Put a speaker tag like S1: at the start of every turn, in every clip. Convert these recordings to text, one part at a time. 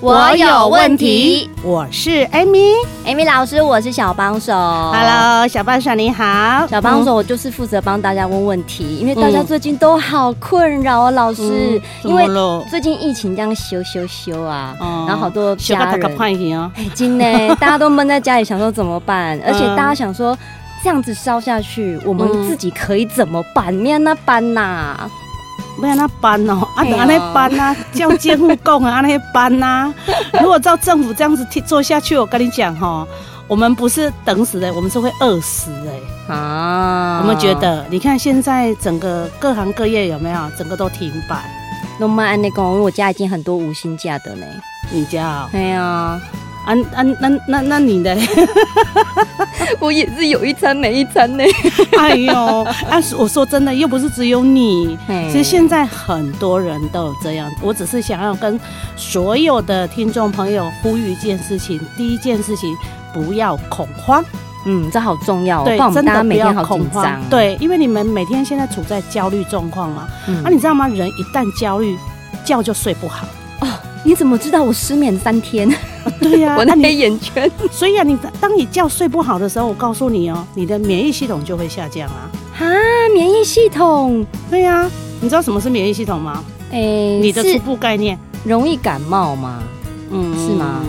S1: 我有问题，
S2: 我是 Amy。
S1: Amy 老师，我是小帮手。
S2: Hello，小帮手你好，
S1: 哦小帮手，我就是负责帮大家问问题，因为大家最近都好困扰哦，老师
S2: 嗯，怎
S1: 因
S2: 么
S1: 为
S2: 了
S1: 最近疫情这样修修修啊，
S2: 嗯，
S1: 然后好多
S2: 小
S1: 家
S2: 把个
S1: 人，
S2: 胖一啊，
S1: 哎，真的，大家都闷在家里，想说怎么办，而且大家想说。这样子烧下去，我们
S2: 嗯
S1: 自己可以怎么办？面那搬呐，
S2: 不要那搬哦，啊，
S1: 哎
S2: 就
S1: 呦
S2: 安尼搬啊，叫监护供啊，安尼搬 啊。如果照政府这样子替做下去，我跟你讲哈。我们不是等死的，我们是会饿死的。
S1: 啊，
S2: 我们觉得，你看现在整个各行各业有没有，整个都停摆。
S1: 弄慢安内讲，因为我家已经很多无薪假的呢。
S2: 你家哦
S1: 哎 呀，
S2: 啊啊那那那你的，
S1: 我也是有一餐没一餐呢。
S2: 哎呦，啊，我说真的，又不是只有你，
S1: 嘿
S2: 其实现在很多人都有这样，我只是想要跟所有的听众朋友呼吁一件事情：第一件事情，不要恐慌，
S1: 嗯，这好重要、哦，不
S2: 对
S1: 然我，们
S2: 真
S1: 大家
S2: 的不
S1: 每天
S2: 要
S1: 好
S2: 恐
S1: 紧
S2: 慌
S1: 张。，，啊
S2: 对，因为你们每天现在处在焦虑状况嘛。
S1: 嗯
S2: 啊，你知道吗？人一旦焦虑，觉就睡 不好。
S1: 你怎么知道我失眠三 天？啊
S2: 对呀、
S1: 我
S2: 那
S1: 那黑
S2: 你
S1: 眼圈
S2: 所以啊，你当你觉睡不好的时候，我告诉你哦，你的免疫系统就会下降啊。
S1: 啊，免疫系统，
S2: 对呀、你知道什么是免疫系统吗？
S1: 哎、
S2: 你的初
S1: 是
S2: 步概念。
S1: 容易感冒吗？
S2: 嗯
S1: 是吗？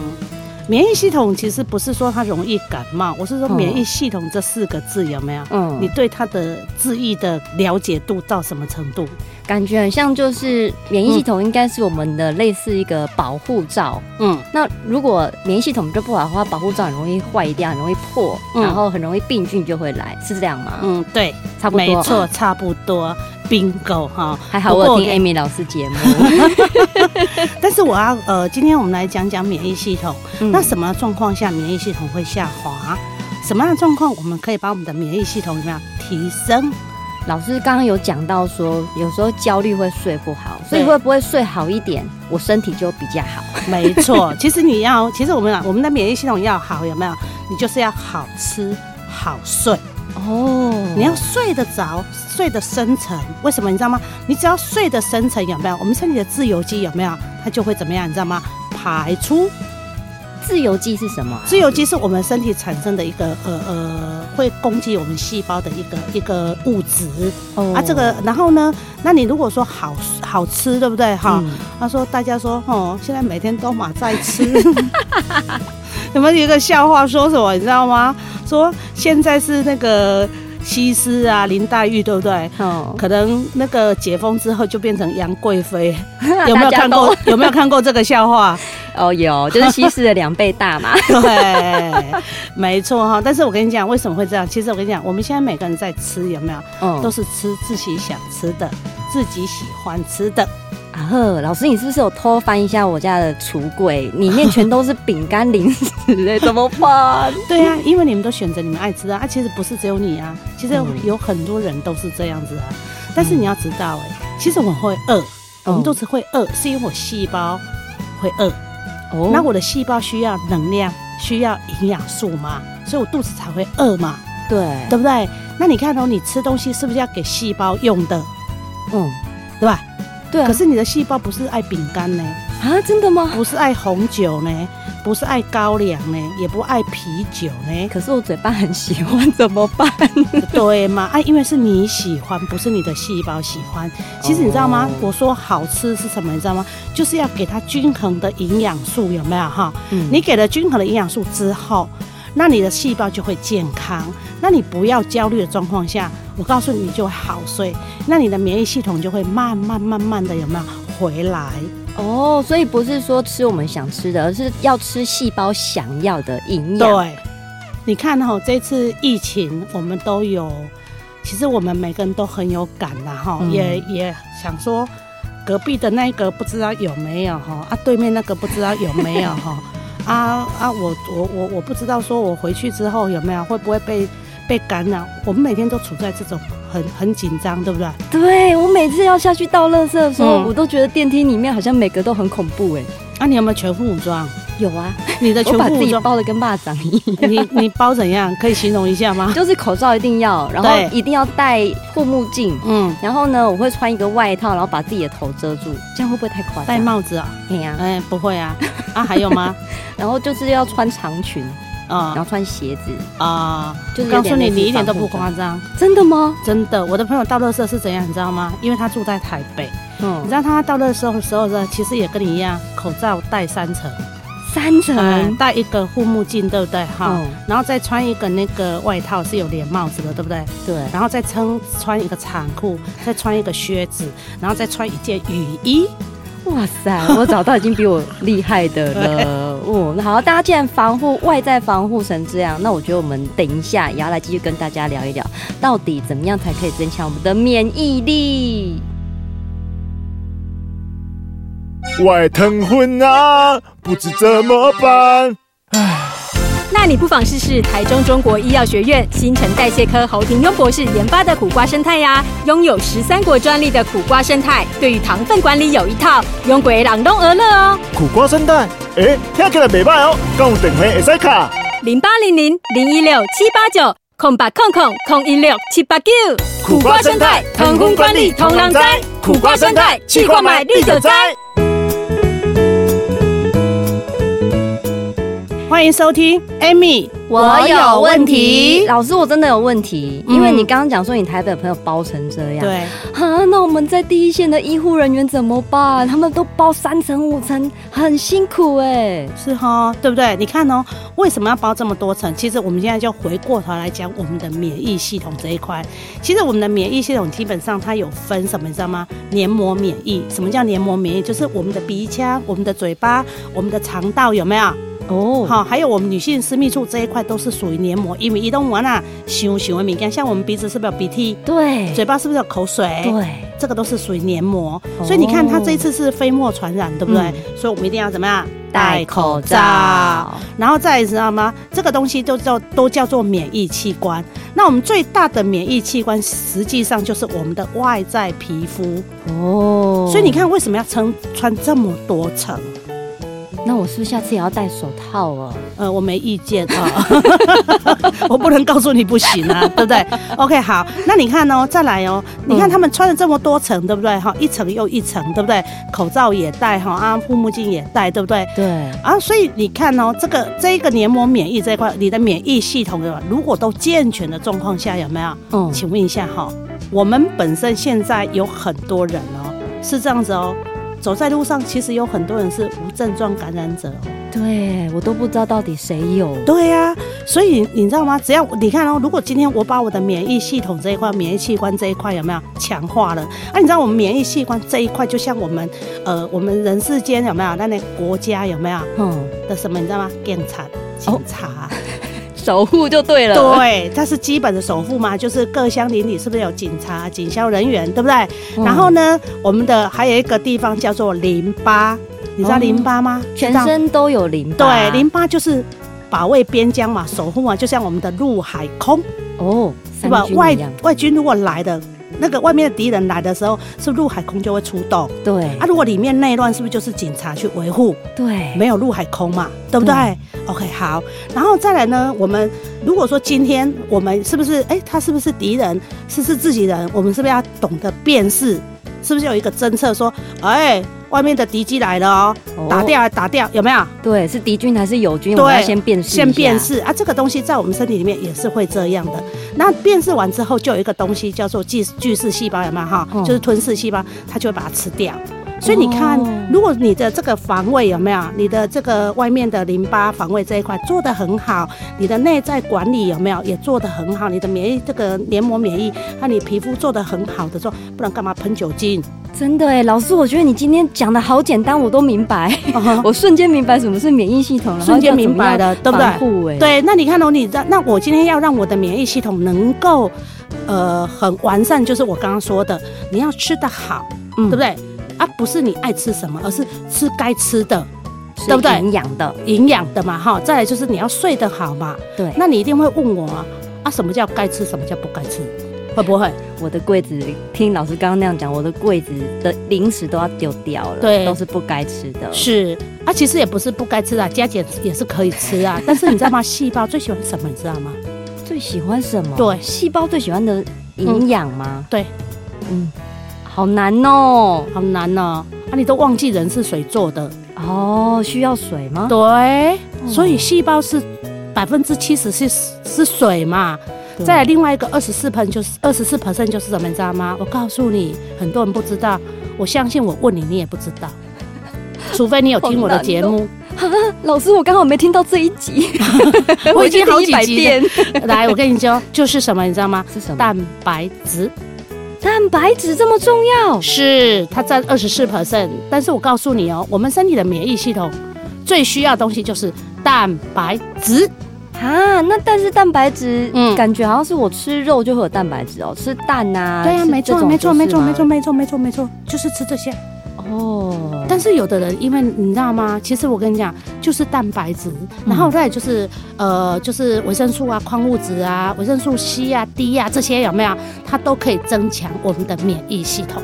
S2: 免疫系统其实不是说它容易感冒，我是说
S1: 嗯
S2: 免疫系统这四个字有没有？
S1: 嗯，
S2: 你
S1: 你
S2: 对它的字义的了解度到什么程度？
S1: 感觉很像就是免疫系统应该是我们的类似一个保护罩。
S2: 嗯，
S1: 那如果免疫系统就不好的话，保护罩很容易坏掉，很容易破，
S2: 嗯
S1: 然后很容易病菌就会来，是这样吗？
S2: 嗯，对，
S1: 差不多，
S2: 没错，差不多，bingo 哈。
S1: 还好
S2: 不过
S1: 我有
S2: 我
S1: 听
S2: 跟
S1: Amy 老师 节目。
S2: 但是我要呃，今天我们来讲讲免疫系统。
S1: 嗯
S2: 那什么状况下免疫系统会下滑？什么样的状况我们可以把我们的免疫系统有没有提 升？
S1: 老师刚刚有讲到说，有时候焦虑会睡不好，所以
S2: 对
S1: 会不会睡好一点，我身体就比较好？
S2: 没错，其实你要，其实我们我们的免疫系统要好，有没有？你就是要好吃好睡。
S1: 哦
S2: 你要睡得着，睡得深沉。为什么你知道吗？你只要睡得深沉，有没有？我们身体的自由基有没有？它就会怎么样？你知道吗？排出
S1: 自由基是什么啊、
S2: 自由基是我们身体产生的一个呃呃，会攻击我们细胞的一个一个物质、
S1: 哦
S2: 啊。这个，然后呢？那你如果说好好吃，对不对？哈、
S1: 嗯
S2: 他说大家说哦，现在每天都马在吃。 有没有一个笑话说什么？你知道吗？说现在是那个西施啊，林黛玉，对不对？
S1: 哦，
S2: 可能那个解封之后就变成杨贵 妃，有没
S1: 大
S2: 有
S1: 家
S2: 看啊
S1: 都
S2: 过？ 有没有看过这个笑话？
S1: 哦，有，就是西施的两倍 大嘛。
S2: 对，没错哈。但是我跟你讲，为什么会这样？其实我跟你讲，我们现在每个人在吃，有没有
S1: 哦，
S2: 都是吃自己想吃的，自己喜欢吃的。
S1: 啊呵，老师，你是不是有偷翻一下我家的橱柜？里面全都是饼干零食哎、怎么办？
S2: 对啊，因为你们都选择你们爱吃的啊，其实不是只有你啊，其实有很多人都是这样子啊。
S1: 嗯
S2: 但是你要知道、哎，其实我们会饿， 我们肚子会饿，是因为我细胞会饿。
S1: 哦
S2: 那我的细胞需要能量，需要营养素嘛，所以我肚子才会饿嘛，
S1: 对，
S2: 对不对？那你看哦，你吃东西是不是要给细胞用的，
S1: 嗯，
S2: 对吧？
S1: 对啊
S2: 可，是你的细胞不是爱饼干呢，
S1: 啊，真的吗？
S2: 不是爱红酒呢，不是爱高粱呢，也不爱啤酒 呢，
S1: 可是我嘴巴很喜欢，怎么办？
S2: 对嘛？啊，因为是你喜欢，不是你的细胞喜欢。其实你知道吗？
S1: 哦
S2: 我说好吃是什么？你知道吗？就是要给它均衡的营养素，有没有哈？
S1: 嗯
S2: 你给了均衡的营养素之后，那你的细胞就会健康。那你不要焦虑的状况下，我告诉你，你就会好睡。那你的免疫系统就会慢慢慢慢的有没有回来？
S1: 哦，所以不是说吃我们想吃的，而是要吃细胞想要的营养。
S2: 对，你看哈、这次疫情我们都有，其实我们每个人都很有感呐、哈、
S1: 嗯
S2: 也也想说隔壁的那个不知道有没有哈，啊对面那个不知道有没有哈。 啊啊，我我我我不知道说我回去之后有没有会不会被被感染，我们每天都处在这种很很紧张，对不对？
S1: 对我每次要下去倒垃圾的时候，
S2: 嗯
S1: 我都觉得电梯里面好像每个都很恐怖哎、
S2: 啊，你有没有全副武 装？
S1: 有啊，
S2: 你的
S1: 我
S2: 全
S1: 把
S2: 副
S1: 自
S2: 武
S1: 己
S2: 装，
S1: 包的跟蚂蚱一 样。
S2: 你你包怎样？可以形容一下吗？
S1: 就是口罩一定要，然后
S2: 对
S1: 一定要戴护目镜，
S2: 嗯，
S1: 然后呢，我会穿一个外套，然后把自己的头遮住，这样会不会太夸张？
S2: 戴帽子啊？
S1: 对呀、
S2: 哎，不会啊。啊，还有吗？
S1: 然后就是要穿长裙，然
S2: 啊
S1: 后穿鞋子，
S2: 啊！
S1: 就是有
S2: 告诉
S1: 点
S2: 你，
S1: 类似
S2: 你一点都不
S1: 防护罩
S2: 夸。张，
S1: 真的吗？
S2: 真的。我的朋友到乐色是怎样，你知道吗？因为他住在台北，你
S1: 嗯
S2: 知，道他到乐色的时候呢，其实也跟你一样，口罩戴三层，
S1: 三层。
S2: 嗯，戴一个护目镜，对不对？哈
S1: 哎嗯，
S2: 然后再穿一个那个外套是有连帽子的，对不对？
S1: 对，
S2: 然后再穿穿一个长裤，再穿一个靴子，然后再穿一件雨衣。
S1: 哇塞，我找到已经比我厉害的 了。哦，那好，大家既然防护外在防护成这样，那我觉得我们等一下也要来继续跟大家聊一聊，到底怎么样才可以增强我们的免疫力。
S3: 外疼昏啊，不知怎么办。
S4: 那你不妨试试台中中国医药学院新陈代谢科侯廷庸博士研发的苦瓜生态呀、拥有十三国专利的苦瓜生态，对于糖分管理有一套，用鬼朗东而乐哦，
S3: 苦瓜生蛋，哎，听起来袂歹哦，讲等会会使卡。
S4: 零八零零零一六七八九空八空空空一六七八九，
S3: 苦瓜生态，糖分管理同人知。苦瓜生态，试看卖你就知。
S2: 欢迎收听 Amy，
S1: 我有问题，老师，我真的有问题，因为你刚刚讲说你台北的朋友包成这样，
S2: 对，
S1: 啊，那我们在第一线的医护人员怎么办？他们都包三层五层，很辛苦哎、
S2: 是哈，对不对？你看哦，为什么要包这么多层？其实我们现在就回过头来讲我们的免疫系统这一块。其实我们的免疫系统基本上它有分什么，你知道吗？黏膜免疫。什么叫黏膜免疫？就是我们的鼻腔、我们的嘴巴、我们的肠道有没有？
S1: 哦，
S2: 好，还有我们女性私密处这一块都是属于黏膜，因为移动完啊，想想的敏感，像我们鼻子是不是有鼻涕？
S1: 对，
S2: 嘴巴是不是有口水？
S1: 对，
S2: 这个都是属于黏膜，
S1: 哦
S2: 所以你看它这一次是飞沫传染，对不对？
S1: 嗯
S2: 所以我们一定要怎么样？
S1: 戴口罩，
S2: 然后再来知道吗？这个东西都叫都叫做免疫器官。那我们最大的免疫器官实际上就是我们的外在皮肤，
S1: 哦，
S2: 所以你，看为什么要穿穿这么多层？
S1: 那我是不是下次也要戴手套哦？
S2: 呃，我没意见啊， 我不能告诉你不行啊，对不对？OK，好，那你看哦，再来哦，你看他们穿了这么多层，对不对？哈，一层又一层，对不对？口罩也戴哈，啊，护目镜也戴，对不对？
S1: 对，
S2: 啊，所以你看哦，这个这一个黏膜免疫这一块，你的免疫系统有没有如果都健全的状况下，有没有？
S1: 嗯，
S2: 请问一下哈、我们本身现在有很多人哦，是这样子哦，走在路上其实有很多人是无症状感染者哦。
S1: 对我都不知道到底谁有，
S2: 对呀、所以你知道吗？只要你看哦，如果今天我把我的免疫系统这一块、免疫器官这一块有没有强化了？啊，你知道我们免疫器官这一块，就像我们呃，我们人世间有没有那那国家有没有
S1: 嗯，
S2: 的什么？你知道吗？警察，
S1: 哦
S2: 警察，
S1: 守护就对了，，
S2: 对，它是基本的守护嘛，就是各乡邻里是不是有警察、警消人员，对不对？
S1: 嗯
S2: 然后呢，我们的还有一个地方叫做淋巴，你知道
S1: 哦
S2: 淋巴吗？
S1: 全
S2: 知道
S1: 身啊都有淋巴，
S2: 对，淋巴就是保卫边疆嘛，守护嘛，就像我们的陆海空，
S1: 哦，
S2: 对
S1: 三
S2: 吧？
S1: 军
S2: 外
S1: 一样，
S2: 外军如果来的，那个外面的敌人来的时候，是陆海空就会出动
S1: 对
S2: 啊。如果里面内乱，是不是就是警察去维护？
S1: 对，
S2: 没有陆海空嘛，对不对
S1: 对
S2: o k 好，然后再来呢，我们如果说今天我们是不是，哎，他是不是敌人，是是自己人，我们是不是要懂得辨识？是不是有一个侦测说，哎，外面的敌机来了哦，
S1: 哦
S2: 打掉打掉，有没有？
S1: 对，是敌军还是友军？
S2: 对
S1: 我们要先辨识一下，
S2: 先辨识啊，这个东西在我们身体里面也是会这样的。那辨识完之后，就有一个东西叫做巨巨噬细胞，有没有哈？
S1: 嗯
S2: 就是吞噬细胞，它就会把它吃掉。所以你看
S1: 哦，
S2: 如果你的这个防卫有没有，你的这个外面的淋巴防卫这一块做得很好，你的内在管理有没有也做得很好，你的免疫这个黏膜免疫和你皮肤做得很好的时候，不然干嘛喷酒精？
S1: 真的哎，老师，我觉得你今天讲的好简单，我都明白， 我瞬间明白什么是免疫系统，然后
S2: 瞬间明白了
S1: 要怎么样
S2: 对
S1: 防护哎，
S2: 对，那你看哦，你的那我今天要让我的免疫系统能够，呃，很完善，就是我刚刚说的，你要吃得好，
S1: 嗯
S2: 对不对？啊，不是你爱吃什么，而是吃该吃的。
S1: 是
S2: 对不对
S1: 营养的，
S2: 营养的嘛哈。再来就是你要睡得好嘛。
S1: 对。
S2: 那你一定会问我啊，啊什么叫该吃，什么叫不该吃，会不会？
S1: 我的柜子，听老师刚刚那样讲，我的柜子的零食都要丢掉了，
S2: 对
S1: 都是不该吃的。
S2: 是啊，其实也不是不该吃啊，加减也是可以吃啊。但是你知道吗？细胞最喜欢什么？你知道吗？
S1: 最喜欢什么？
S2: 对
S1: 细胞最喜欢的营养吗？
S2: 对，
S1: 嗯，好难哦。
S2: 好难哦。啊，你都忘记人是谁做的？
S1: 哦，需要水吗？
S2: 对，
S1: 嗯
S2: 所以细胞是百分之七十是是水嘛。
S1: 对
S2: 再来另外一个二十四盆就是二十四 percent 就是什么，你知道吗？我告诉你，很多人不知道，我相信我问你，你也不知 道，除非你有听我的节目。
S1: 老师，我刚好没听到这一集，哦
S2: 我已经好几
S1: 百
S2: 集
S1: 遍。
S2: 来，我跟你说，就是什么，你知道吗？
S1: 是什么？
S2: 蛋白质
S1: 蛋白质这么重要？
S2: 是它占二十四 percent，但是我告诉你哦，我们身体的免疫系统最需要的东西就是蛋白质。
S1: 啊，那但是蛋白质，
S2: 嗯
S1: 感觉好像是我吃肉就会有蛋白质哦，吃蛋啊，
S2: 对呀、
S1: 呀，
S2: 没
S1: 这
S2: 错，
S1: 种
S2: 没错，
S1: 就是
S2: 没错，
S1: 吗
S2: 没错，。没错，没错，没错，就是吃这些。
S1: 哦，
S2: 但是有的人，因为你知道吗？其实我跟你讲，就是蛋白质，然
S1: 嗯
S2: 后再来就是、呃，就是维生素啊、矿物质啊、维生素 C 啊、D 啊这些有没有？它都可以增强我们的免疫系统。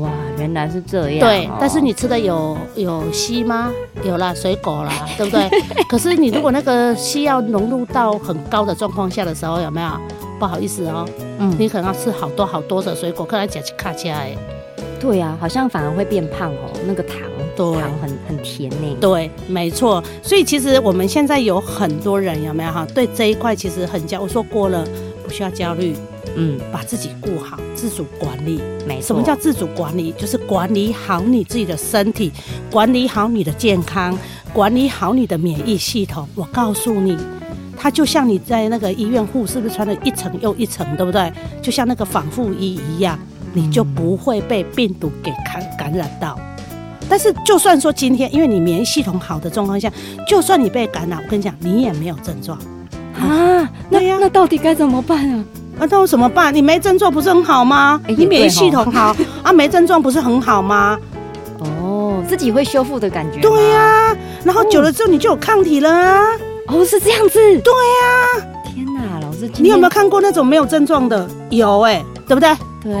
S1: 哇，原来是这样哦。
S2: 对，但是你吃的有有 C 吗？有啦，水果啦，对不对？ 可是你如果那个 C 要融入到很高的状况下的时候，有没有？不好意思哦，
S1: 嗯
S2: 你可能要吃好多好多的水果，可能吃起卡起来。
S1: 对啊呀、好像反而会变胖哦，那个糖，
S2: 对
S1: 糖很很甜呢。
S2: 对，没错。所以其实我们现在有很多人有没有哈？对这一块其实很焦，我说过了，不需要焦虑，
S1: 嗯，
S2: 把自己顾好，自主管理。
S1: 没错。
S2: 什么叫自主管理？就是管理好你自己的身体，管理好你的健康，管理好你的免疫系统。我告诉你，它就像你在那个医院护士不是穿了一层又一层，对不对？就像那个防护衣一样，你就不会被病毒给感感染到。但是，就算说今天因为你免疫系统好的状况下，就算你被感染，我跟你讲，你也没有症状。
S1: 啊？那、
S2: 对呀
S1: 那到底该怎么办啊？
S2: 啊，那我怎么办？你没症状不是很好吗？
S1: 哎也
S2: 你免疫
S1: 对
S2: 系
S1: 吼
S2: 统好啊，没症状不是很好吗？
S1: 哦，自己会修复的感觉。
S2: 对、呀、然后久了之后你就有抗体了啊。
S1: 哦，是这样子。对呀、天哪，老师今天，
S2: 你有没有看过那种没有症状的？有哎、对不对？
S1: 对，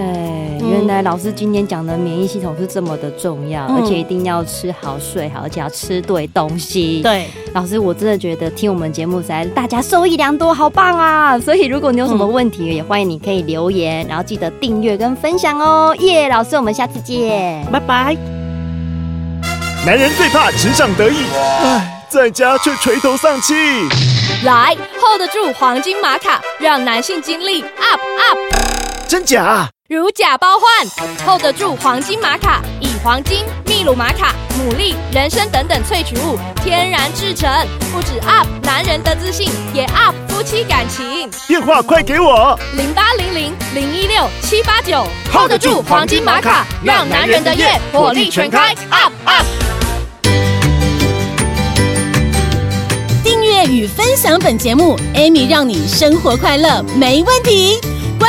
S1: 原来老师今天讲的免疫系统是这么的重要，
S2: 嗯
S1: 而且一定要吃好、睡好，而且要吃对东西。，
S2: 对，
S1: 老师，我真的觉得听我们节目实在大家受益良多，好棒啊！所以如果你有什么问题，也欢迎你可以留言，然后记得订阅跟分享哦。耶、老师，我们下次见。
S2: 拜拜。
S3: 男人最怕职场得意，唉，在家却垂头丧气。
S5: 来 hold 住黄金玛卡，让男性精力 up up，
S3: 真假啊？
S5: 如假包换。hold 住黄金玛卡，以黄金、秘鲁玛卡、牡蛎、人参等等萃取物天然制成，不止 up 男人的自信，也 up 夫妻感情。
S3: 电话快给我
S5: 零八零零零一六七八九
S3: hold 得住黄金玛卡让男人的夜火力全开
S5: ，up up。
S6: 订阅与分享本节目，Amy 让你生活快乐没问题。关